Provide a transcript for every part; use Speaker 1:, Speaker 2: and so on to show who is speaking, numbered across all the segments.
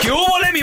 Speaker 1: ¿Qué hubo, le, mi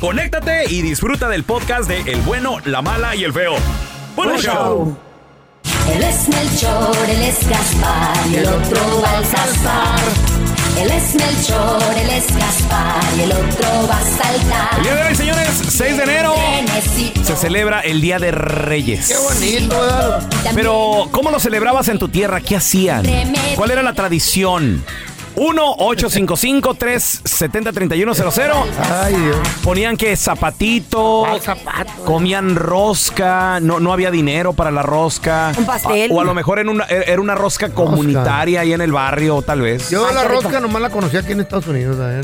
Speaker 1: conéctate y disfruta del podcast de El bueno, la mala y el feo. ¡Buen
Speaker 2: Buen
Speaker 1: show!
Speaker 3: Él es Melchor, él es Gaspar y el otro Baltasar. Él es Melchor, él es Gaspar y el otro va a saltar.
Speaker 1: El día de hoy, señores, 6 de enero, se celebra el Día de Reyes. Pero, ¿cómo lo celebrabas en tu tierra? ¿Qué hacían? ¿Cuál era la tradición? 1-855-370-3100. Ponían que zapatito, comían rosca, no, no había dinero para la rosca.
Speaker 2: Un pastel.
Speaker 1: A- O a lo mejor en una, er, era una rosca comunitaria ahí en el barrio, tal vez.
Speaker 4: Yo la rosca nomás la conocí aquí en Estados Unidos. ¿eh?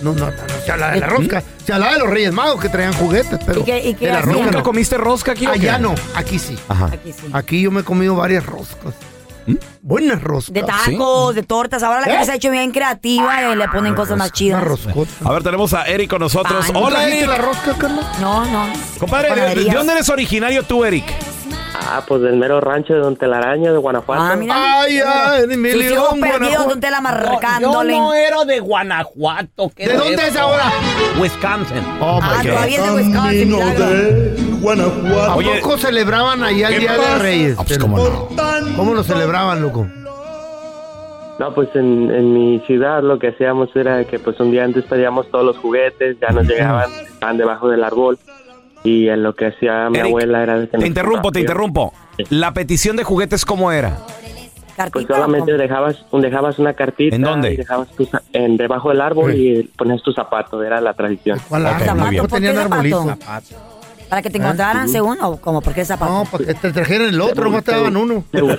Speaker 4: No, no, no, se hablaba de la rosca. Se hablaba de los Reyes Magos que traían juguetes, pero.
Speaker 2: ¿Eh? ¿Y qué- y qué
Speaker 4: de la
Speaker 2: hacían?
Speaker 4: rosca
Speaker 1: ¿Nunca
Speaker 4: no.
Speaker 1: comiste rosca aquí? o qué?
Speaker 4: Allá no, aquí sí.
Speaker 1: Ajá.
Speaker 2: Aquí sí.
Speaker 4: Aquí yo me he comido varias roscas. Buenas roscas.
Speaker 2: ¿Mm? De tacos, de tortas. Ahora la
Speaker 4: ¿Eh?
Speaker 2: que se ha hecho bien creativa y le ponen cosas más
Speaker 4: Una
Speaker 2: chidas.
Speaker 4: roscota.
Speaker 1: A ver, tenemos a Eric con nosotros.
Speaker 2: Pan.
Speaker 4: ¿Hola,
Speaker 1: Hola,
Speaker 4: la
Speaker 1: Eric.
Speaker 4: rosca, Carla?
Speaker 2: No, no.
Speaker 1: Compadre, ¿de- ¿de,
Speaker 2: Panaderías.
Speaker 1: dónde eres originario tú, Eric?
Speaker 5: Ah, pues del mero rancho de Don Telaraña, de Guanajuato.
Speaker 2: Ah, mira.
Speaker 4: Ay, ay, mi
Speaker 2: Sus hijos
Speaker 4: león,
Speaker 2: perdidos,
Speaker 4: Guanajuato.
Speaker 2: donde la
Speaker 6: Yo
Speaker 2: marcándole.
Speaker 6: no era de Guanajuato. ¿qué
Speaker 4: ¿De dónde es ahora?
Speaker 6: Wisconsin.
Speaker 4: Oh,
Speaker 2: Ah,
Speaker 4: my God.
Speaker 2: todavía es de Wisconsin, milagro.
Speaker 4: ¿A
Speaker 1: Oye,
Speaker 4: poco celebraban allá el Día de Reyes?
Speaker 7: Ah, pues, ¿cómo no?
Speaker 4: ¿Cómo lo celebraban, loco?
Speaker 5: No, pues en, en mi ciudad lo que hacíamos era que pues un día antes pedíamos todos los juguetes, ya nos llegaban, estaban debajo del árbol. Y en lo que hacía mi
Speaker 1: Eric,
Speaker 5: abuela era... de que
Speaker 1: Te
Speaker 5: nos-
Speaker 1: interrumpo, te interrumpo. La petición de juguetes, ¿cómo era?
Speaker 5: Pues
Speaker 2: Cartita.
Speaker 5: solamente dejabas, dejabas una cartita.
Speaker 1: ¿En dónde?
Speaker 5: y dejabas tu za- en, debajo del árbol y ponías tu zapato, era la tradición.
Speaker 4: ¿Cuál
Speaker 1: Ok,
Speaker 4: árbol?
Speaker 1: muy bien.
Speaker 4: No tenían
Speaker 2: Zapato.
Speaker 4: arbolito.
Speaker 2: Para que te encontraran, según, o como, porque qué
Speaker 4: Ah, No,
Speaker 2: zapatos?
Speaker 4: para que te trajeran el otro, nomás te daban uno.
Speaker 5: Según,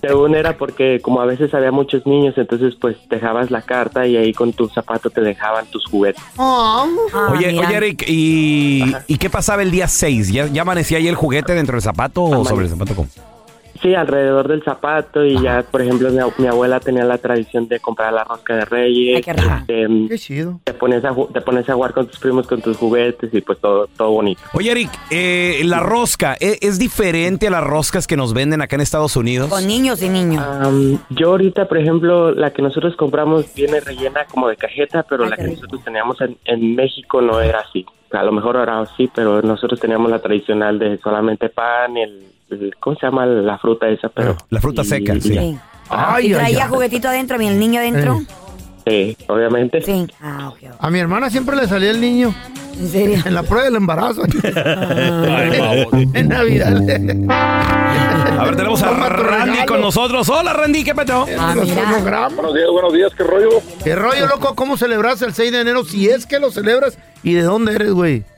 Speaker 5: según era porque como a veces había muchos niños, entonces pues dejabas la carta y ahí con tu zapato te dejaban tus juguetes.
Speaker 2: Ah,
Speaker 1: Oye,
Speaker 2: mira.
Speaker 1: oye, Eric, ¿y, y qué pasaba el día 6? ¿Ya, ya amanecía ahí el juguete dentro del zapato o sobre el zapato? ¿Cómo?
Speaker 5: Sí, alrededor del zapato y ya, por ejemplo, mi, ab- mi abuela tenía la tradición de comprar la rosca de reyes.
Speaker 2: Ay, qué rico.
Speaker 5: este,
Speaker 4: Qué chido.
Speaker 5: te, pones a, ju- te pones a jugar con tus primos, con tus juguetes y pues todo, todo bonito.
Speaker 1: Oye, Eric, eh, la rosca, ¿e- ¿es, diferente a las roscas que nos venden acá en Estados Unidos?
Speaker 2: Con niños y niños.
Speaker 5: Am, yo ahorita, por ejemplo, la que nosotros compramos viene rellena como de cajeta, pero
Speaker 2: Ay,
Speaker 5: la
Speaker 2: qué
Speaker 5: que
Speaker 2: rico.
Speaker 5: nosotros teníamos en, en México no era así. A lo mejor ahora sí, pero nosotros teníamos la tradicional de solamente pan, el, el- ¿cómo se llama la fruta esa? Pero
Speaker 1: La fruta
Speaker 5: y-
Speaker 1: seca,
Speaker 5: y-
Speaker 1: sí.
Speaker 2: Sí.
Speaker 4: Ay,
Speaker 2: Ah, y
Speaker 4: ay,
Speaker 2: traía
Speaker 4: ay. Eh.
Speaker 2: juguetito adentro, mi el niño adentro.
Speaker 5: sí, obviamente.
Speaker 2: Sí. Ah, ok. ok.
Speaker 4: A mi hermana siempre le salía el niño
Speaker 2: En serio.
Speaker 4: en la prueba del embarazo. en Navidad.
Speaker 1: A ver, tenemos a
Speaker 4: Toma tu
Speaker 1: Randy
Speaker 4: regalo.
Speaker 1: con Ah, nosotros. Hola, Randy, ¿qué peteo?
Speaker 2: Ah,
Speaker 4: Los
Speaker 2: mira.
Speaker 4: fonogramas.
Speaker 8: Buenos días, buenos días, ¿qué rollo?
Speaker 4: ¿Qué rollo, loco? ¿Cómo celebras el 6 de enero? Si es que lo celebras. ¿Y de dónde eres, güey? Ah,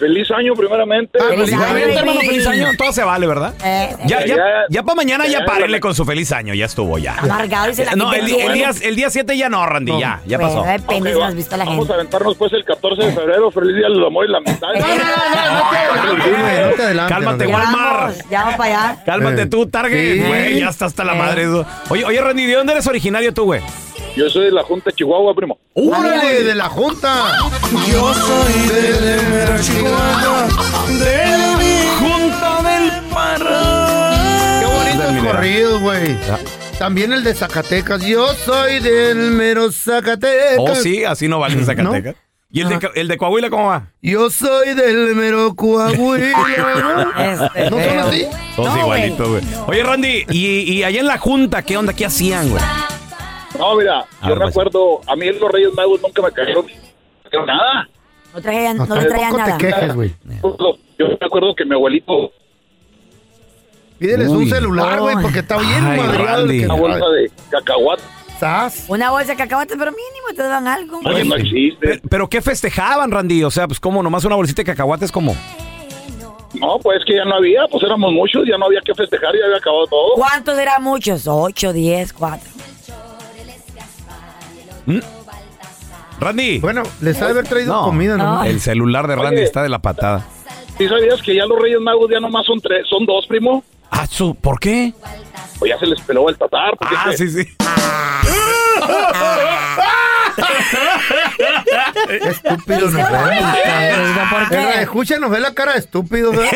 Speaker 8: Feliz año, primeramente.
Speaker 1: Feliz año, pues, hermano, feliz año. Todo se vale, ¿verdad?
Speaker 2: Eh,
Speaker 1: Ya,
Speaker 8: Eh,
Speaker 1: ya,
Speaker 8: ya-
Speaker 1: ya para mañana ya
Speaker 8: ya-
Speaker 1: párenle con su feliz año, ya estuvo ya.
Speaker 2: Amargado y se la
Speaker 1: No,
Speaker 2: quita
Speaker 1: el,
Speaker 2: el
Speaker 1: el día,
Speaker 2: cielo.
Speaker 1: el día 7 ya no, Randy, ya, ya
Speaker 2: Bueno,
Speaker 1: pasó.
Speaker 2: de penis
Speaker 8: Ok, va-
Speaker 2: nos viste a la
Speaker 8: Vamos
Speaker 2: gente.
Speaker 8: a aventarnos pues el 14 de febrero. Feliz día del amor y la amistad. Ah,
Speaker 4: no te adelantes.
Speaker 1: Cálmate,
Speaker 2: Ya
Speaker 1: Walmart.
Speaker 2: vamos, ya vamos para allá.
Speaker 1: Cálmate
Speaker 4: Eh.
Speaker 1: tú, Target.
Speaker 4: Sí.
Speaker 1: Güey, ya está hasta la
Speaker 2: Eh.
Speaker 1: madre. eso. Oye, oye, Randy, ¿de dónde eres originario tú, güey?
Speaker 8: Yo soy de la Junta de Chihuahua, primo.
Speaker 4: ¡Órale, de la junta!
Speaker 1: Yo soy de Junta del Pará.
Speaker 4: ¡Qué bonitos corridos, güey! También el de Zacatecas. Yo soy del mero Zacatecas.
Speaker 1: Oh, sí, así no vale en Zacatecas. ¿Y el de, Co- el de Coahuila cómo va?
Speaker 4: Yo soy del mero Coahuila.
Speaker 2: Este
Speaker 4: ¿No son
Speaker 2: feo.
Speaker 4: así?
Speaker 1: Todos
Speaker 2: No,
Speaker 1: igualitos, güey. Oye, Randy, y, y allá en la Junta, ¿qué onda? ¿Qué hacían, güey?
Speaker 8: No, mira,
Speaker 1: A
Speaker 8: yo
Speaker 1: ver,
Speaker 8: me
Speaker 1: pues.
Speaker 8: acuerdo, a mí los Reyes Magos nunca me cayeron. me cayeron Nada.
Speaker 2: No traían, no le traían
Speaker 4: Tampoco te
Speaker 2: nada.
Speaker 4: quejes, güey.
Speaker 8: Yo me acuerdo que mi abuelito,
Speaker 4: Pídeles
Speaker 1: Uy.
Speaker 4: un celular, güey, porque está bien
Speaker 1: Ay,
Speaker 4: madreado el
Speaker 1: Randy.
Speaker 4: que
Speaker 8: una bolsa de cacahuate.
Speaker 4: ¿Estás?
Speaker 2: Una bolsa de cacahuates, pero mínimo te daban algo.
Speaker 8: Oye, no
Speaker 1: Pero,
Speaker 8: existe.
Speaker 1: pero ¿qué festejaban, Randy? O sea, pues como nomás una bolsita de cacahuates, como.
Speaker 8: No, pues que ya no había, pues éramos muchos, ya no había que festejar, ya había acabado todo.
Speaker 2: ¿Cuántos eran muchos? Ocho, diez, cuatro.
Speaker 1: ¿Mm? Randy.
Speaker 4: Bueno, les ha de haber traído
Speaker 1: No.
Speaker 4: comida, ¿no?
Speaker 2: No.
Speaker 1: El celular de Randy está de la patada.
Speaker 8: ¿Sí sabías que ya los Reyes Magos ya nomás son tres, son dos, primo?
Speaker 1: Ah, su- ¿por qué?
Speaker 8: Pues ya se les peló el tatar. porque
Speaker 1: Ah,
Speaker 8: es que-
Speaker 1: sí, sí.
Speaker 4: Ah. Estúpido, ¿no?
Speaker 2: Pues ¿Por
Speaker 4: Mira,
Speaker 2: qué?
Speaker 4: Escúchanos, ve la cara de estúpido, ¿verdad?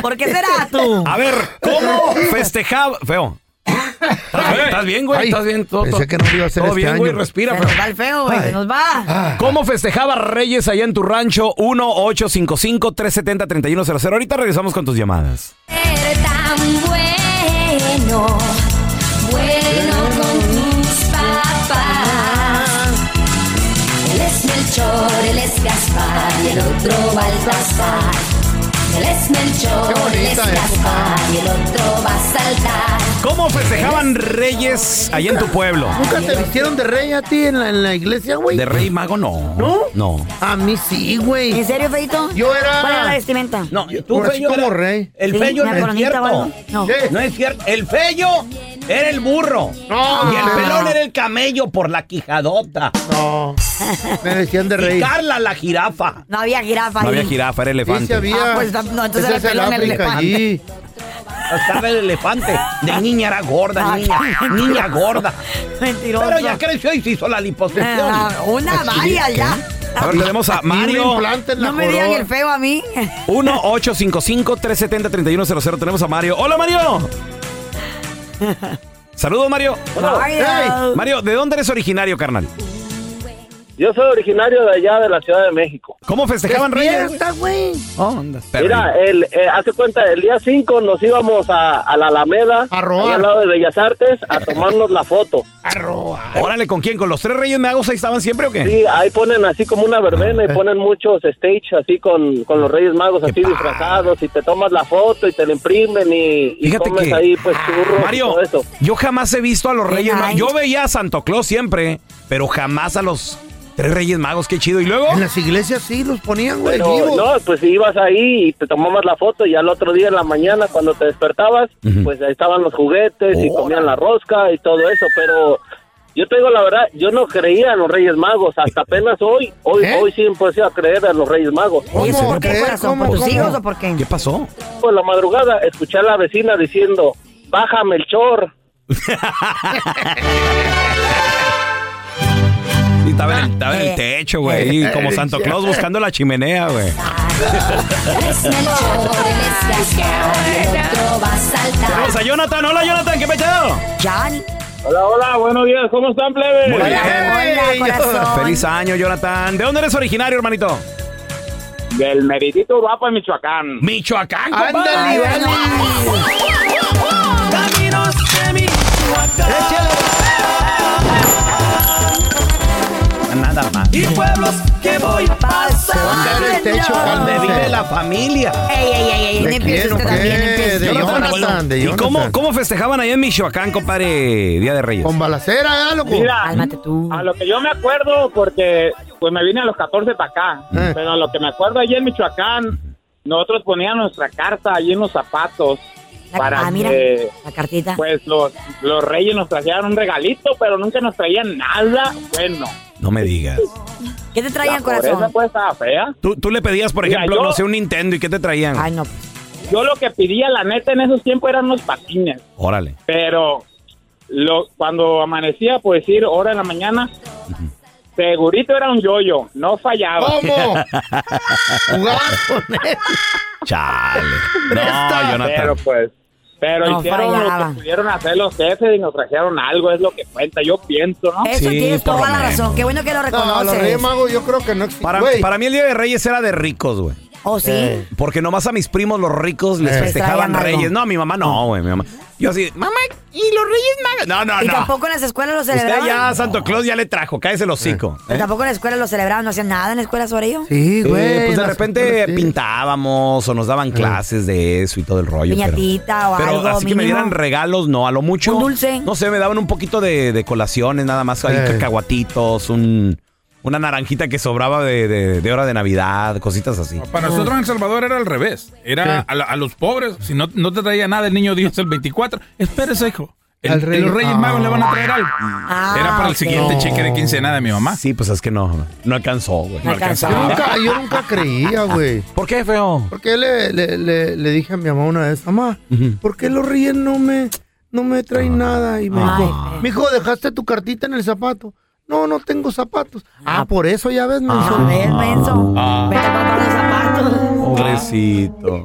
Speaker 2: ¿Por qué será tú?
Speaker 1: A ver, ¿cómo festejaba? Feo. ¿Estás bien? ¿Estás bien, güey?
Speaker 4: Ay,
Speaker 1: ¿Estás bien? Todo,
Speaker 4: pensé
Speaker 1: todo-
Speaker 4: que no lo iba a hacer
Speaker 1: todo
Speaker 4: este
Speaker 1: bien, güey.
Speaker 4: año.
Speaker 1: Respira,
Speaker 2: Se
Speaker 1: feo.
Speaker 2: nos va el feo, güey. Se nos va.
Speaker 4: Ah.
Speaker 1: ¿Cómo festejaba Reyes allá en tu rancho? 1-855-370-3100. Ahorita regresamos con tus llamadas.
Speaker 3: Ser tan bueno, bueno con tus papás. Él es Melchor, él es Gaspar y el otro Baltasar. Él es
Speaker 4: Qué
Speaker 3: Melchor, él es
Speaker 4: bonita época.
Speaker 3: Gaspar y el otro va a saltar.
Speaker 1: ¿Cómo festejaban Reyes allá en tu pueblo?
Speaker 4: ¿Nunca te vistieron de rey a ti en la, en la iglesia, güey?
Speaker 1: ¿De Rey Mago? No.
Speaker 4: ¿No?
Speaker 1: No.
Speaker 4: A mí sí, güey.
Speaker 2: ¿En serio, feito?
Speaker 4: Yo era-
Speaker 2: ¿Cuál era la vestimenta?
Speaker 9: No, tú,
Speaker 4: Ahora sí
Speaker 9: Fello,
Speaker 4: como
Speaker 9: era-
Speaker 4: rey.
Speaker 9: El
Speaker 2: Sí,
Speaker 9: Fello
Speaker 2: ¿una
Speaker 9: no es
Speaker 2: coronita o algo?
Speaker 9: cierto.
Speaker 2: No.
Speaker 4: ¿Qué?
Speaker 9: No es cierto. El Fello era el burro.
Speaker 4: No.
Speaker 9: Y el
Speaker 4: Ah.
Speaker 9: pelón era el camello por la quijadota.
Speaker 4: No. Me vestían de
Speaker 9: Y
Speaker 4: rey.
Speaker 9: Carla la jirafa.
Speaker 2: No había jirafa
Speaker 1: No
Speaker 2: ahí.
Speaker 1: había jirafa, era
Speaker 4: Sí, sí
Speaker 1: elefante.
Speaker 4: había.
Speaker 2: Ah, pues, no, entonces
Speaker 4: Ese
Speaker 2: era
Speaker 4: es el
Speaker 2: pelón el
Speaker 4: África
Speaker 2: elefante.
Speaker 4: allí.
Speaker 9: Estaba el elefante. De niña era gorda, de niña. Niña gorda.
Speaker 2: Ah, Mentiroso.
Speaker 9: Pero ya creció y se hizo la liposucción.
Speaker 2: Ah, Una varias ya.
Speaker 1: A ver, tenemos a
Speaker 4: Y un
Speaker 1: Mario.
Speaker 4: Ah, implante en la
Speaker 2: No me digan
Speaker 4: corona.
Speaker 2: el feo a mí.
Speaker 1: 1-855-370-3100. Tenemos a Mario. ¡Hola, Mario! Saludos, Mario.
Speaker 2: Mario.
Speaker 1: Mario, ¿de dónde eres originario, carnal?
Speaker 10: Yo soy originario de allá, de la Ciudad de México.
Speaker 1: ¿Cómo festejaban Reyes?
Speaker 4: Despierta, güey.
Speaker 10: Mira, el, eh, hace cuenta, el día 5 nos íbamos a, a la Alameda,
Speaker 4: A robar.
Speaker 10: ahí al lado de Bellas Artes, a tomarnos la foto.
Speaker 4: Oh,
Speaker 1: Órale, ¿con quién? ¿Con los tres Reyes Magos ahí estaban siempre o qué?
Speaker 10: Sí, ahí ponen así como una verbena
Speaker 1: Ah.
Speaker 10: y ponen muchos stage así con, con los Reyes Magos así disfrazados y te tomas la foto y te la imprimen y, y
Speaker 1: Fíjate
Speaker 10: comes
Speaker 1: que-
Speaker 10: ahí pues churros y
Speaker 1: Mario,
Speaker 10: todo eso.
Speaker 1: yo jamás he visto a los
Speaker 2: Qué
Speaker 1: Reyes Magos.
Speaker 2: nice.
Speaker 1: Yo veía a Santo Claus siempre, pero jamás a los tres Reyes Magos. Qué chido. ¿Y luego?
Speaker 4: En las iglesias sí los ponían, güey,
Speaker 10: Pero,
Speaker 4: vivos.
Speaker 10: no, pues ibas ahí y te tomabas la foto y al otro día en la mañana cuando te despertabas,
Speaker 1: Ujú.
Speaker 10: pues ahí estaban los juguetes y
Speaker 1: Órale.
Speaker 10: comían la rosca y todo eso, pero yo te digo la verdad, yo no creía en los Reyes Magos, hasta apenas hoy, hoy,
Speaker 4: ¿Eh?
Speaker 10: hoy sí empecé a creer en los Reyes Magos.
Speaker 2: ¿Y eso
Speaker 4: ¿Cómo
Speaker 2: por qué,
Speaker 4: creer?
Speaker 2: corazón?
Speaker 1: pues,
Speaker 4: ¿Cómo,
Speaker 2: ¿Por tus
Speaker 4: cómo?
Speaker 2: hijos o por qué?
Speaker 1: ¿Qué pasó?
Speaker 10: Por la madrugada escuché a la vecina diciendo, bájame el chor.
Speaker 1: Y estaba en el, estaba en el
Speaker 2: Eh.
Speaker 1: techo, güey. y
Speaker 4: eh,
Speaker 1: Como Santo Claus buscando la chimenea, güey.
Speaker 3: Él es Melchor, él es Gaspar y el otro va a saltar.
Speaker 1: Vamos a Jonathan. Hola, Jonathan. ¿Qué pedo?
Speaker 2: Johnny.
Speaker 8: Hola, hola, buenos días, ¿cómo están, plebe?
Speaker 1: Muy
Speaker 2: Hola,
Speaker 4: Ey,
Speaker 2: hola, corazón.
Speaker 1: Feliz año, Jonathan. ¿De dónde eres originario, hermanito?
Speaker 8: Del meritito va para Michoacán.
Speaker 1: Michoacán,
Speaker 4: Ándale,
Speaker 1: compadre.
Speaker 4: ándale.
Speaker 9: Nada más.
Speaker 1: Y pueblos que voy.
Speaker 4: Ándale el techo,
Speaker 9: Donde vive
Speaker 4: ándale.
Speaker 9: la familia.
Speaker 2: Ey, ey, ey, ey, no
Speaker 4: Te
Speaker 2: empieces
Speaker 4: quiero,
Speaker 2: usted también,
Speaker 4: ¿qué?
Speaker 2: empieces.
Speaker 4: De
Speaker 2: Yo no te
Speaker 4: Jonathan,
Speaker 2: recuerdo.
Speaker 4: de
Speaker 1: ¿Y
Speaker 4: Jonathan.
Speaker 1: cómo, cómo festejaban allá en Michoacán, compadre? Día de Reyes.
Speaker 4: Con balacera, ¿eh, loco?
Speaker 8: Mira,
Speaker 2: Cálmate tú.
Speaker 8: a lo que yo me acuerdo, porque
Speaker 9: Pues me vine a los 14 para acá. Pero lo que me acuerdo allí en Michoacán, nosotros poníamos nuestra carta allí en los zapatos. Para
Speaker 2: ah, mira,
Speaker 9: que,
Speaker 2: la cartita.
Speaker 9: pues, los, los reyes nos trajeron un regalito, pero nunca nos traían nada bueno.
Speaker 1: No me digas.
Speaker 2: ¿Qué te traían,
Speaker 9: La
Speaker 2: corazón?
Speaker 9: pobreza, pues, estaba fea.
Speaker 1: Tú, tú le pedías, por
Speaker 9: Mira,
Speaker 1: ejemplo,
Speaker 9: yo-
Speaker 1: no sé, un Nintendo y ¿qué te traían?
Speaker 2: Ay, no.
Speaker 9: Yo lo que pedía, la neta, en esos tiempos eran unos patines.
Speaker 1: Órale.
Speaker 9: Pero lo, cuando amanecía, por decir, hora de la mañana, segurito era un yoyo, no fallaba.
Speaker 4: ¿Cómo?
Speaker 1: Chale. No, Jonathan.
Speaker 9: Pero pues, pero
Speaker 1: No
Speaker 9: hicieron
Speaker 1: fallaba.
Speaker 9: lo que pudieron hacer los jefes y nos trajeron algo, es lo que cuenta, yo pienso, ¿no?
Speaker 2: Eso tienes toda la razón. Qué bueno que lo reconoces.
Speaker 4: yo creo que no
Speaker 1: Para, para mí el Día de Reyes era de ricos, güey.
Speaker 2: ¿Oh, sí? Eh.
Speaker 1: Porque nomás a mis primos los ricos les
Speaker 4: Eh.
Speaker 2: Les
Speaker 1: festejaban
Speaker 2: traían algo.
Speaker 1: Reyes. No, mi mamá no, güey, mi mamá. Yo así, mamá, ¿y los Reyes Magos? No, no,
Speaker 2: y
Speaker 1: no.
Speaker 2: tampoco en las escuelas lo
Speaker 1: Usted
Speaker 2: celebraban.
Speaker 1: ya, Santo Claus ya le trajo, cáese el hocico.
Speaker 4: ¿Eh?
Speaker 2: Pero Pues Tampoco en las escuelas lo celebraban. No hacían nada en la escuela sobre ello.
Speaker 1: Eh, pues de repente pintábamos o nos daban clases de eso y todo el rollo. pero-
Speaker 2: Piñatita o
Speaker 1: Pero
Speaker 2: algo
Speaker 1: así que me
Speaker 2: mínimo.
Speaker 1: dieran regalos, no, a lo mucho.
Speaker 2: Un dulce.
Speaker 1: No sé, me daban un poquito de, de colaciones, nada más,
Speaker 4: Eh.
Speaker 1: ahí, cacahuatitos, un, una naranjita que sobraba de, de- de hora de Navidad, cositas así.
Speaker 11: Para nosotros en El Salvador era al revés. Era a, la- a los pobres. Si no, no te traía nada el niño Dios el 24, espérese, hijo. El-
Speaker 1: Al rey. Ah.
Speaker 11: Los Reyes Magos le van a traer algo. era
Speaker 2: Ah,
Speaker 11: para el siguiente
Speaker 1: ok.
Speaker 11: cheque de quincenada de mi mamá.
Speaker 1: Sí, pues es que no, no alcanzó, güey.
Speaker 11: No alcanzó.
Speaker 4: Yo nunca, yo nunca creía, güey.
Speaker 1: ¿Por qué, feo?
Speaker 4: Porque le, le, le, le dije a mi mamá una vez, mamá, ¿por qué los reyes no me, no me traen nada? Y me dijo, mijo, dejaste tu cartita en el zapato. No, no tengo zapatos. Ah, por eso ya ves, menso. A
Speaker 2: ver, menso.
Speaker 1: Ah,
Speaker 2: zapatos.
Speaker 1: pobrecito.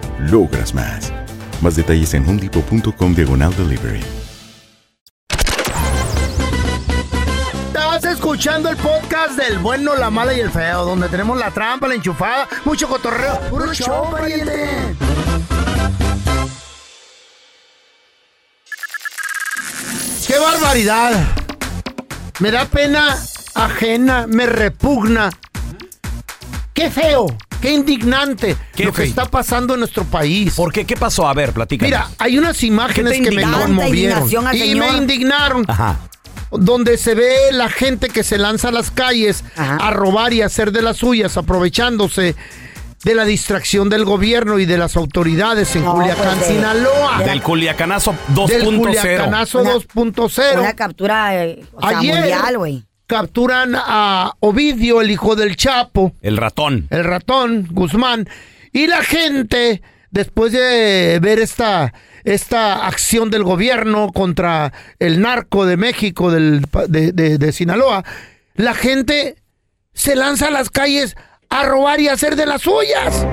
Speaker 12: logras más. Más detalles en homedepot.com diagonal delivery.
Speaker 4: Estás escuchando el podcast del bueno, la mala y el feo, donde tenemos la trampa, la enchufada, mucho cotorreo. ¡Puro show, pariente! ¡Qué barbaridad! Me da pena ajena, me repugna. ¡Qué feo! ¡Qué indignante lo que está pasando en nuestro país!
Speaker 1: ¿Por qué? ¿Qué pasó? A ver, platícanos.
Speaker 4: Mira, hay unas imágenes
Speaker 1: ¿Qué te
Speaker 4: que me
Speaker 1: indignó? Tanta
Speaker 4: conmovieron
Speaker 1: indignación al
Speaker 4: y
Speaker 1: señor.
Speaker 4: me indignaron.
Speaker 1: Ajá.
Speaker 4: Donde se ve la gente que se lanza a las calles a robar y a hacer de las suyas, aprovechándose de la distracción del gobierno y de las autoridades en Culiacán,
Speaker 1: pues, de-
Speaker 4: Sinaloa.
Speaker 1: Del Culiacanazo
Speaker 4: Del
Speaker 1: 2.0.
Speaker 4: Culiacanazo 2.0.
Speaker 2: Una captura eh, o sea,
Speaker 4: Ayer
Speaker 2: mundial, güey.
Speaker 4: capturan a Ovidio, el hijo del Chapo.
Speaker 1: El ratón.
Speaker 4: El ratón, Guzmán. Y la gente, después de ver esta, esta acción del gobierno contra el narco de México, del, pa- de, de- de Sinaloa, la gente se lanza a las calles a robar y a hacer de las suyas.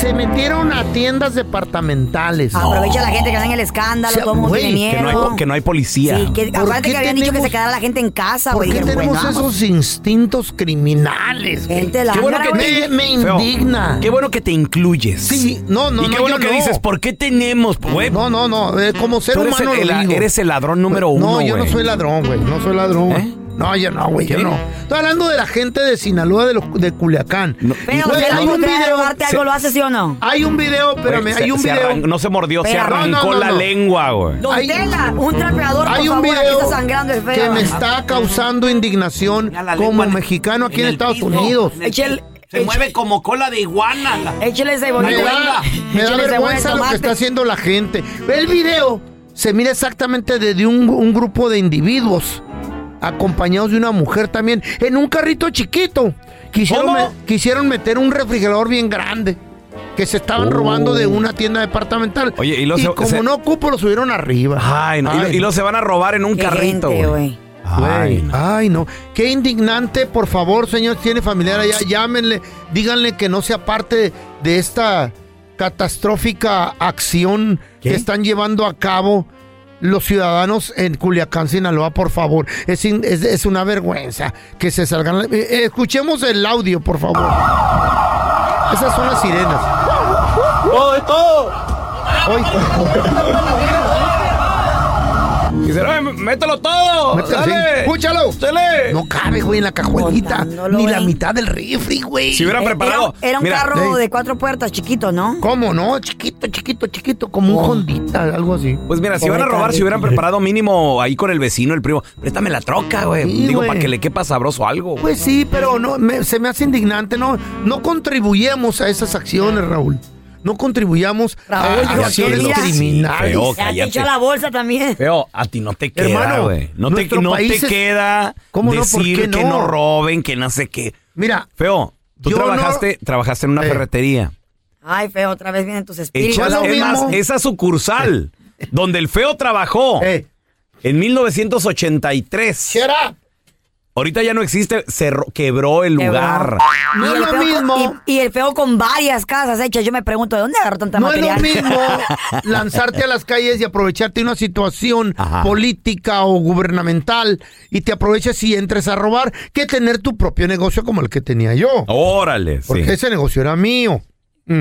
Speaker 4: Se metieron a tiendas departamentales.
Speaker 2: Aprovecha la gente que está en el escándalo,
Speaker 4: O sea,
Speaker 2: todo el mundo
Speaker 4: güey,
Speaker 2: tiene miedo.
Speaker 1: Que no, hay, que no hay policía.
Speaker 2: Sí, que, acuérdate que habían dicho que se quedara la gente en casa,
Speaker 4: ¿Por
Speaker 2: güey.
Speaker 4: qué
Speaker 2: Dijeron,
Speaker 4: tenemos
Speaker 2: bueno, vamos.
Speaker 4: esos instintos criminales? güey?
Speaker 2: Gente la Qué bueno ándara, que güey. te-
Speaker 4: me, me
Speaker 1: Feo,
Speaker 4: indigna.
Speaker 1: Qué bueno que te incluyes.
Speaker 4: Sí, no, no,
Speaker 1: Y
Speaker 4: no,
Speaker 1: qué
Speaker 4: yo
Speaker 1: bueno que
Speaker 4: no.
Speaker 1: dices, ¿por qué tenemos, güey?
Speaker 4: No, no, no. eh, como ser
Speaker 1: Tú eres
Speaker 4: humano
Speaker 1: el-
Speaker 4: lo
Speaker 1: el-
Speaker 4: digo.
Speaker 1: Eres el ladrón número
Speaker 4: No,
Speaker 1: uno,
Speaker 4: yo no
Speaker 1: güey. ¿Eh?
Speaker 4: soy ladrón, güey. No soy ladrón. No, yo no, güey, yo
Speaker 6: ¿Qué?
Speaker 4: no. Estoy hablando de la gente de Sinaloa, de, los, de Culiacán.
Speaker 2: Pero
Speaker 4: Güey,
Speaker 2: si
Speaker 4: hay
Speaker 2: algo
Speaker 4: un
Speaker 2: te da de
Speaker 4: video-
Speaker 2: robarte algo,
Speaker 4: se-
Speaker 2: ¿lo haces sí o no?
Speaker 4: Hay un video, espérame,
Speaker 1: Güey,
Speaker 4: hay
Speaker 1: se-
Speaker 4: un
Speaker 1: se
Speaker 4: video.
Speaker 1: arran- no se mordió, se
Speaker 4: Espérame.
Speaker 1: arrancó
Speaker 4: No, no,
Speaker 1: la
Speaker 4: no.
Speaker 1: lengua, güey.
Speaker 2: Don Tela, un trapeador,
Speaker 4: Hay
Speaker 2: por
Speaker 4: un
Speaker 2: favor, aquí
Speaker 4: video
Speaker 2: está sangrando el feo.
Speaker 4: que me está causando indignación como mexicano aquí en, Estados Unidos.
Speaker 6: Se mueve como cola de iguana.
Speaker 2: Échale ese
Speaker 4: Me da, me da vergüenza lo que está haciendo la gente. El video se mira exactamente desde un, un grupo de individuos, acompañados de una mujer también, en un carrito chiquito. Quisieron, me- quisieron meter un refrigerador bien grande que se estaban robando de una tienda departamental.
Speaker 1: Oye, y luego se-
Speaker 4: como
Speaker 1: se-
Speaker 4: no ocupo, lo subieron arriba.
Speaker 1: Ay, no, y lo- Y, luego se van a robar en un
Speaker 4: Qué
Speaker 1: carrito,
Speaker 4: gente,
Speaker 1: güey.
Speaker 4: Güey,
Speaker 1: Ay, no.
Speaker 4: ay, no. Qué indignante, por favor, señor, si tiene familiar allá, llámenle, díganle que no sea parte de esta catastrófica acción que están llevando a cabo los ciudadanos en Culiacán, Sinaloa, por favor. Es, in- es, es una vergüenza que se salgan. eh, eh, escuchemos el audio, por favor. Esas son las sirenas. ¡Todo es todo!
Speaker 1: Dice, "Ay, mételo todo.
Speaker 4: Mételo,
Speaker 1: dale,
Speaker 4: sí. Escúchalo.
Speaker 1: dale".
Speaker 4: No cabe, güey, en la cajuelita. Ni la mitad del rifle, güey.
Speaker 1: Si hubieran
Speaker 2: Era-
Speaker 1: preparado.
Speaker 2: Eh, Era, un
Speaker 1: Mira,
Speaker 2: carro
Speaker 1: Ey.
Speaker 2: de cuatro puertas, chiquito, ¿no?
Speaker 4: ¿Cómo no? Chiquito, chiquito, chiquito, como
Speaker 2: Oh.
Speaker 4: un Hondita, algo así.
Speaker 1: Pues mira, si van a robar, si hubieran preparado mínimo ahí con el vecino, el primo. Préstame la troca, güey.
Speaker 4: Sí,
Speaker 1: Digo,
Speaker 4: güey.
Speaker 1: para que le quepa sabroso algo. güey.
Speaker 4: Pues sí, pero no, me- se me hace indignante. No, no contribuyemos a esas acciones, Raúl. No contribuyamos a
Speaker 2: Raúl,
Speaker 4: a
Speaker 2: yo
Speaker 4: acciones
Speaker 2: quería-
Speaker 4: criminales.
Speaker 1: Feo,
Speaker 2: Se ha
Speaker 1: cállate.
Speaker 2: hecho la bolsa también.
Speaker 1: Feo, a ti no te queda,
Speaker 4: Hermano,
Speaker 1: güey. No te,
Speaker 4: nuestro
Speaker 1: no te
Speaker 4: país es-
Speaker 1: queda
Speaker 4: ¿Cómo no? ¿Por
Speaker 1: decir
Speaker 4: qué
Speaker 1: que
Speaker 4: no?
Speaker 1: no roben, que no sé qué.
Speaker 4: Mira, Eh,
Speaker 1: Feo, tú
Speaker 2: yo
Speaker 1: trabajaste, trabajaste en una ferretería.
Speaker 2: Ay, feo, otra vez vienen tus espíritus.
Speaker 1: Echas, es más, esa sucursal donde el feo trabajó
Speaker 4: Eh.
Speaker 1: en 1983. Ahorita ya no existe, se ro- quebró el
Speaker 2: Quebró.
Speaker 1: lugar.
Speaker 2: Y el feo con- Y, y el feo con varias casas hechas. Yo me pregunto, ¿de dónde agarró tanta
Speaker 4: No es lo
Speaker 2: material?
Speaker 4: mismo lanzarte a las calles y aprovecharte de una situación política o gubernamental y te aprovechas y entres a robar que tener tu propio negocio como el que tenía yo.
Speaker 1: Órale, sí.
Speaker 4: Porque ese negocio era mío.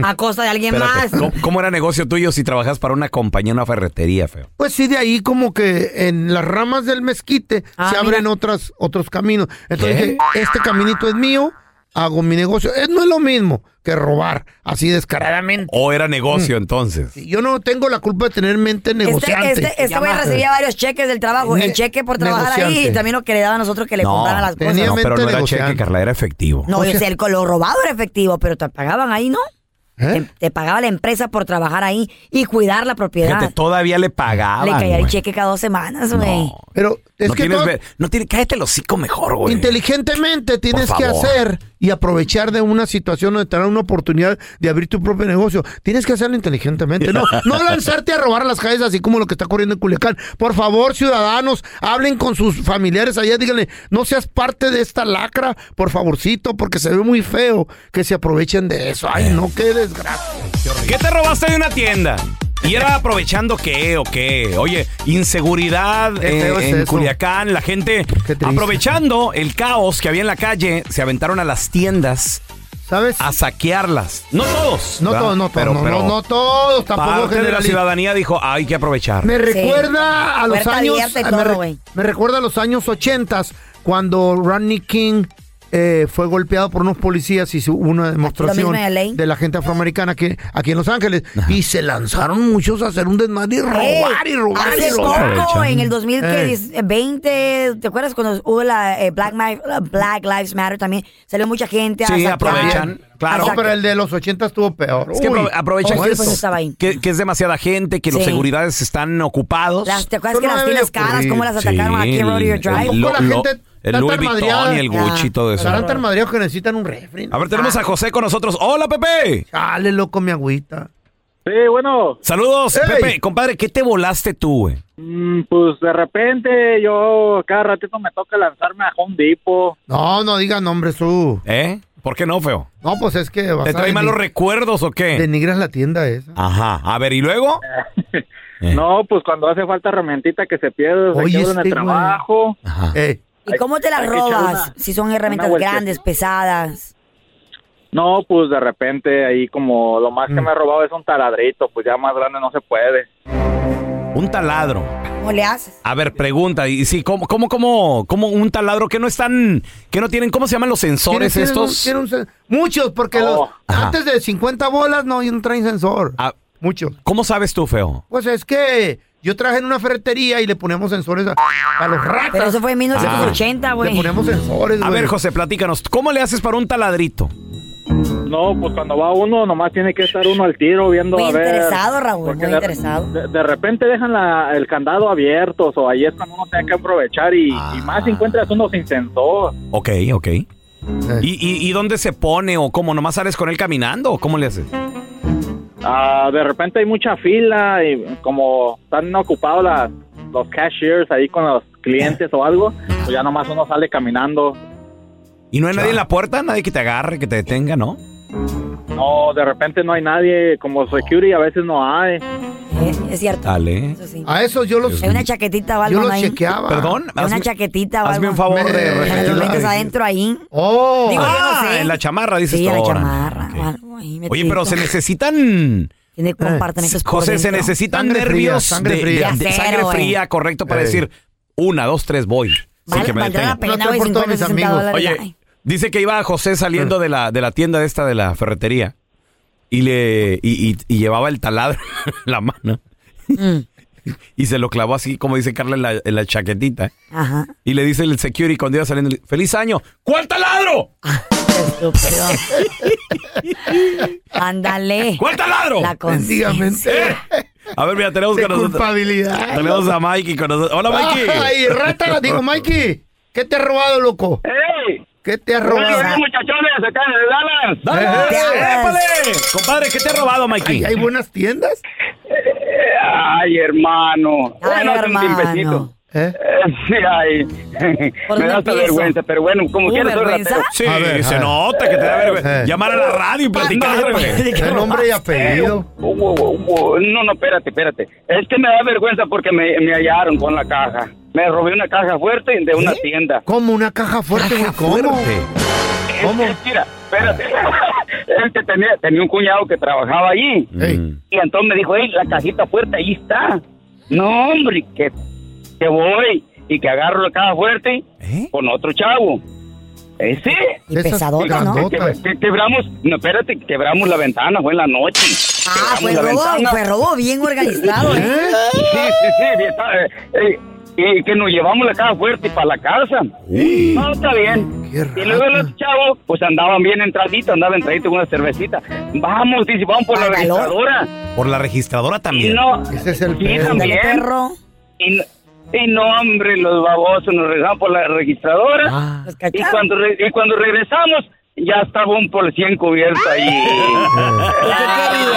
Speaker 2: A costa de alguien
Speaker 1: Espérate,
Speaker 2: más.
Speaker 1: ¿Cómo, cómo era negocio tuyo si trabajas para una compañía, una ferretería, feo?
Speaker 4: Pues sí, de ahí como que en las ramas del mezquite se abren otras, otros caminos. Entonces
Speaker 1: ¿Qué?
Speaker 4: dije, este caminito es mío, hago mi negocio. Es- no es lo mismo que robar así descaradamente.
Speaker 1: ¿O era negocio
Speaker 4: Mm.
Speaker 1: entonces?
Speaker 4: Yo no tengo la culpa de tener mente negociante.
Speaker 2: Este, este, este güey recibía varios cheques del trabajo.
Speaker 4: eh, Ne-
Speaker 2: el cheque por trabajar ahí
Speaker 4: negociante.
Speaker 2: y también lo que le daba a nosotros que le contaran las cosas.
Speaker 1: no, pero no era
Speaker 4: negociante.
Speaker 1: cheque, Carla, era efectivo.
Speaker 2: No, yo sé, el, lo robado era efectivo, pero te pagaban ahí, ¿no?
Speaker 4: ¿Eh?
Speaker 2: Te, te pagaba la empresa por trabajar ahí y cuidar la propiedad.
Speaker 1: Fíjate, todavía le pagaban.
Speaker 2: le caía el
Speaker 1: güey.
Speaker 2: cheque cada dos semanas, güey.
Speaker 4: Pero es
Speaker 1: no
Speaker 4: que
Speaker 1: tienes
Speaker 4: todo-
Speaker 1: ver- no tiene, cállate el hocico mejor, güey.
Speaker 4: Inteligentemente tienes
Speaker 1: Por
Speaker 4: que
Speaker 1: favor.
Speaker 4: hacer y aprovechar de una situación donde te dan una oportunidad de abrir tu propio negocio. Tienes que hacerlo inteligentemente. No, no lanzarte a robar a las calles así como lo que está corriendo en Culiacán. Por favor, ciudadanos, hablen con sus familiares allá, díganle, no seas parte de esta lacra, por favorcito, porque se ve muy feo que se aprovechen de eso.
Speaker 1: Eh.
Speaker 4: Ay, no, qué desgracia.
Speaker 1: ¿Qué te robaste de una tienda? ¿Y era aprovechando qué o qué? Oye, inseguridad
Speaker 4: Qué
Speaker 1: eh,
Speaker 4: feo es
Speaker 1: en
Speaker 4: eso.
Speaker 1: Culiacán, la gente aprovechando el caos que había en la calle, se aventaron a las tiendas.
Speaker 4: ¿Sabes?
Speaker 1: A saquearlas. No todos.
Speaker 4: No
Speaker 1: ¿verdad?
Speaker 4: todos, no todos,
Speaker 1: Pero-
Speaker 4: no,
Speaker 1: pero
Speaker 4: no, no todos, tampoco
Speaker 1: parte de la
Speaker 4: generaliz-
Speaker 1: ciudadanía dijo, hay que aprovechar.
Speaker 4: Me recuerda a los
Speaker 2: Puerta
Speaker 4: años.
Speaker 2: abierta y
Speaker 4: me,
Speaker 2: todo,
Speaker 4: re-
Speaker 2: güey.
Speaker 4: me recuerda a los años 80 cuando Rodney King eh, fue golpeado por unos policías y su- hubo una demostración
Speaker 2: en LA.
Speaker 4: de la gente afroamericana aquí, aquí en Los Ángeles. Y se lanzaron muchos a hacer un desmadre y robar y robar
Speaker 2: Hace
Speaker 4: y robar.
Speaker 2: poco, en el 2020,
Speaker 4: Eh,
Speaker 2: ¿te acuerdas cuando hubo la eh, Black, Mi- la Black Lives Matter también? Salió mucha gente a
Speaker 1: Sí,
Speaker 2: saquear.
Speaker 1: aprovechan. Claro.
Speaker 4: no, pero el de los 80 estuvo peor.
Speaker 1: Es que
Speaker 4: Uy,
Speaker 1: apro- aprovechan
Speaker 4: ¿cómo
Speaker 1: que,
Speaker 4: eso?
Speaker 1: es, que- que es demasiada gente, que los
Speaker 4: Sí.
Speaker 1: seguridades están ocupados.
Speaker 2: Las- ¿Te acuerdas
Speaker 4: Eso
Speaker 2: que
Speaker 4: no
Speaker 2: las
Speaker 4: debe
Speaker 2: tiendas
Speaker 4: ocurrir.
Speaker 2: caras, cómo las
Speaker 1: Sí,
Speaker 2: atacaron aquí en
Speaker 1: el-
Speaker 2: Rodeo Drive? Ah.
Speaker 1: el-
Speaker 4: Tampoco pues. la
Speaker 1: lo-
Speaker 4: gente
Speaker 1: el
Speaker 4: está
Speaker 1: Louis
Speaker 4: tan
Speaker 1: Vuitton
Speaker 4: madreada.
Speaker 1: y el Gucci y todo eso.
Speaker 4: Estarán tan madreados que necesitan un refri.
Speaker 1: A ver, tenemos a José con nosotros. Hola, Pepe.
Speaker 4: Dale, loco, mi agüita.
Speaker 1: Sí, bueno. Saludos,
Speaker 4: Hey.
Speaker 1: Pepe. Compadre, ¿qué te volaste tú, güey?
Speaker 9: Mm, pues de repente yo cada ratito me toca lanzarme a Home Depot.
Speaker 4: No, no digas nombres tú.
Speaker 1: ¿Eh? ¿Por qué no, feo?
Speaker 4: No, pues es que. vas
Speaker 1: ¿Te
Speaker 4: a
Speaker 1: trae
Speaker 4: denig-
Speaker 1: malos recuerdos o qué?
Speaker 4: Denigras la tienda esa.
Speaker 1: Ajá. A ver, ¿y luego?
Speaker 9: No, pues cuando hace falta herramientita que se pierde, se
Speaker 1: Oye,
Speaker 9: quebra en
Speaker 1: este
Speaker 9: el
Speaker 1: güey. Eh.
Speaker 9: trabajo.
Speaker 2: ¿Y cómo te las
Speaker 9: Hay que echar
Speaker 2: robas? Si son herramientas
Speaker 9: vueltita.
Speaker 2: grandes, pesadas.
Speaker 9: No, pues de repente ahí como
Speaker 1: Mm.
Speaker 9: lo más que me he robado es un taladrito, pues ya más grande no se puede.
Speaker 1: Un taladro.
Speaker 2: ¿Cómo le haces?
Speaker 1: A ver, pregunta, y sí, ¿cómo, cómo, cómo, cómo un taladro que no están, que no tienen, ¿cómo se llaman los sensores
Speaker 4: Tiene- tiene un-
Speaker 1: estos?
Speaker 4: tiene un sen- muchos, porque los,
Speaker 1: Oh. Ajá. Ah.
Speaker 4: antes de 50 bolas no, no traen sensor. muchos.
Speaker 1: ¿Cómo sabes tú, feo?
Speaker 4: Pues es que yo traje en una ferretería y le ponemos sensores a, a los ratas. Ah.
Speaker 2: Pero eso fue en 1980, güey.
Speaker 4: Le ponemos sensores,
Speaker 1: Ah. A
Speaker 4: güey.
Speaker 1: ver, José, platícanos, ¿cómo le haces para un taladrito?
Speaker 9: No, pues cuando va uno, nomás tiene que estar uno al tiro viendo
Speaker 2: Muy
Speaker 9: a ver.
Speaker 2: interesado, Raúl,
Speaker 9: porque
Speaker 2: muy
Speaker 9: de-
Speaker 2: interesado.
Speaker 9: De, de repente dejan la- el candado abierto, o ahí es cuando uno tiene que aprovechar y,
Speaker 2: Ah.
Speaker 9: y más si encuentras uno sin sensor.
Speaker 1: Ok, ok. ¿Y, y, y dónde se pone o cómo? ¿Nomás sales con él caminando o cómo le haces?
Speaker 9: Ah, de repente hay mucha fila y como están ocupados las- los cashiers ahí con los clientes o algo, pues ya nomás uno sale caminando.
Speaker 1: ¿Y no hay nadie en la puerta? ¿Nadie que te agarre, que te detenga, no?
Speaker 9: No, de repente no hay nadie, como security a veces no hay.
Speaker 2: Es cierto.
Speaker 1: Dale.
Speaker 4: A eso yo los...
Speaker 2: Es una chaquetita o algo
Speaker 4: Yo los
Speaker 2: ¿no? ahí.
Speaker 4: chequeaba. Perdón,
Speaker 2: Es una
Speaker 4: hazme-
Speaker 2: chaquetita o algo.
Speaker 1: hazme un favor de
Speaker 2: Me-
Speaker 1: repetirlo.
Speaker 2: Lo metes adentro ahí.
Speaker 4: Oh.
Speaker 2: Digo, yo no
Speaker 1: Ah,
Speaker 2: sé.
Speaker 1: en la chamarra, dices
Speaker 2: Sí,
Speaker 1: tú.
Speaker 2: en la
Speaker 1: órale.
Speaker 2: chamarra.
Speaker 1: Ok.
Speaker 2: algo ahí
Speaker 1: Oye,
Speaker 2: metido.
Speaker 1: pero se necesitan...
Speaker 2: Tiene compartimentos por
Speaker 1: José, se
Speaker 2: dentro.
Speaker 1: necesitan
Speaker 2: Sangre fría,
Speaker 1: nervios
Speaker 2: sangre
Speaker 1: de- de-
Speaker 2: fría.
Speaker 1: de,
Speaker 2: De acero,
Speaker 1: sangre
Speaker 2: güey.
Speaker 1: fría, correcto, para
Speaker 2: Ey.
Speaker 1: decir una, dos, tres, voy. sin
Speaker 2: Vale-
Speaker 1: que me
Speaker 2: valdrá la
Speaker 1: detengan.
Speaker 2: pena, güey, 50, 60 dólares.
Speaker 1: Oye, dice que iba José
Speaker 2: Mm.
Speaker 1: saliendo de la, de la tienda esta de la ferretería y le y, y- y llevaba el taladro en la mano
Speaker 2: eh. Mm.
Speaker 1: y se lo clavó así, como dice Carla, en la, en la chaquetita.
Speaker 2: Ajá.
Speaker 1: Y le dice el security cuando iba saliendo, le- ¡Feliz año! ¿Cuál taladro?
Speaker 2: Ándale.
Speaker 1: ¿Cuál taladro?
Speaker 2: La conciencia.
Speaker 1: Eh. A ver, mira, tenemos
Speaker 4: De
Speaker 1: con nosotros.
Speaker 4: culpabilidad.
Speaker 1: Tenemos a Mikey con nosotros. Hola, Mikey.
Speaker 4: Ay, rata, digo, Mikey, ¿qué te has robado, loco? ¿Qué te has robado?
Speaker 1: Oye,
Speaker 4: muchachones, acá de
Speaker 1: Dallas. Eh, ¡Épale! Compadre, ¿qué te has robado, Mikey?
Speaker 4: ¿Hay buenas tiendas?
Speaker 13: Eh, Ay, hermano.
Speaker 4: Ay,
Speaker 13: Bueno, es un
Speaker 4: hermano.
Speaker 13: timbecito. Eh, sí, ay.
Speaker 1: ¿Por
Speaker 13: Me
Speaker 1: dónde
Speaker 13: da hasta
Speaker 1: empiezo?
Speaker 13: vergüenza, pero bueno, como
Speaker 1: ¿Hubo
Speaker 13: quieras, soy
Speaker 1: vergüenza?
Speaker 13: ratero.
Speaker 1: Sí, se
Speaker 4: eh.
Speaker 1: nota que te da vergüenza. Llamar a la radio y platicar, güey.
Speaker 13: El nombre y apellido. No, no, espérate, espérate. Es que me da vergüenza porque me, me hallaron con la caja. Me robé una caja fuerte de una tienda.
Speaker 4: ¿Cómo una caja fuerte, güey? ¿Cómo?
Speaker 13: ¿Cómo? Mira, espérate. Él que tenía, tenía un cuñado que trabajaba allí. Y entonces me dijo, hey, la cajita fuerte, ahí está. No, hombre, que, que voy y que agarro la caja fuerte con otro chavo. Ese.
Speaker 2: Y pesadota, ¿no?
Speaker 13: Que- que- que- quebramos, no, espérate, quebramos la ventana, fue en la noche.
Speaker 2: Ah, fue robo, fue robo bien organizado, ¿eh?
Speaker 13: Sí, sí, sí, bien, está, eh, eh, y que nos llevamos la caja fuerte para la casa. No, está bien. Y luego los chavos, pues andaban bien entraditos, andaban entraditos con una cervecita. Vamos, dice, vamos por la veladora.
Speaker 1: Por la registradora
Speaker 13: Y
Speaker 1: también.
Speaker 13: no,
Speaker 4: Ese es el
Speaker 13: sí, también. Y, no- y no, hombre, los babosos nos regresamos por la registradora.
Speaker 4: Ah.
Speaker 13: y,
Speaker 2: cacharon.
Speaker 13: cuando re- y cuando regresamos, ya estaba un policía encubierto ahí.
Speaker 4: Eh.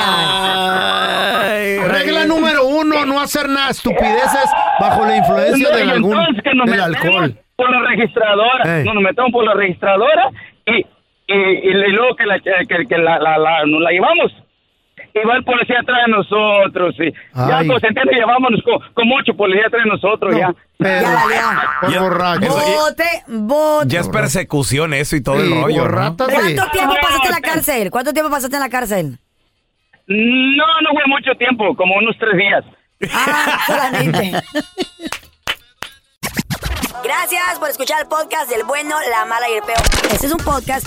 Speaker 4: Regla número uno, no hacer nada estupideces bajo la influencia
Speaker 13: No,
Speaker 4: del,
Speaker 13: y
Speaker 4: algún,
Speaker 13: entonces que nos
Speaker 4: del
Speaker 13: metemos
Speaker 4: alcohol.
Speaker 13: Por la registradora,
Speaker 4: Ey.
Speaker 13: nos metemos por la registradora y, y, y luego que, la, que, que la, la, la- nos la llevamos. Y va el policía atrás de nosotros. Y ya
Speaker 4: Ay.
Speaker 13: nos sentemos y llevámonos con, con ocho policías atrás de nosotros. ya.
Speaker 1: Ya- eso- y-
Speaker 2: Bote, bote.
Speaker 1: ya es persecución eso y todo el
Speaker 13: Sí,
Speaker 1: rollo.
Speaker 13: por
Speaker 1: ¿no?
Speaker 2: ¿Cuánto tiempo pasaste en la cárcel? ¿Cuánto tiempo pasaste en la cárcel?
Speaker 13: No, no fue mucho tiempo, como unos tres días.
Speaker 2: Gracias por escuchar el podcast del bueno, la mala y el peor. Este es un podcast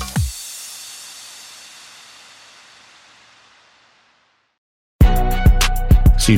Speaker 14: Si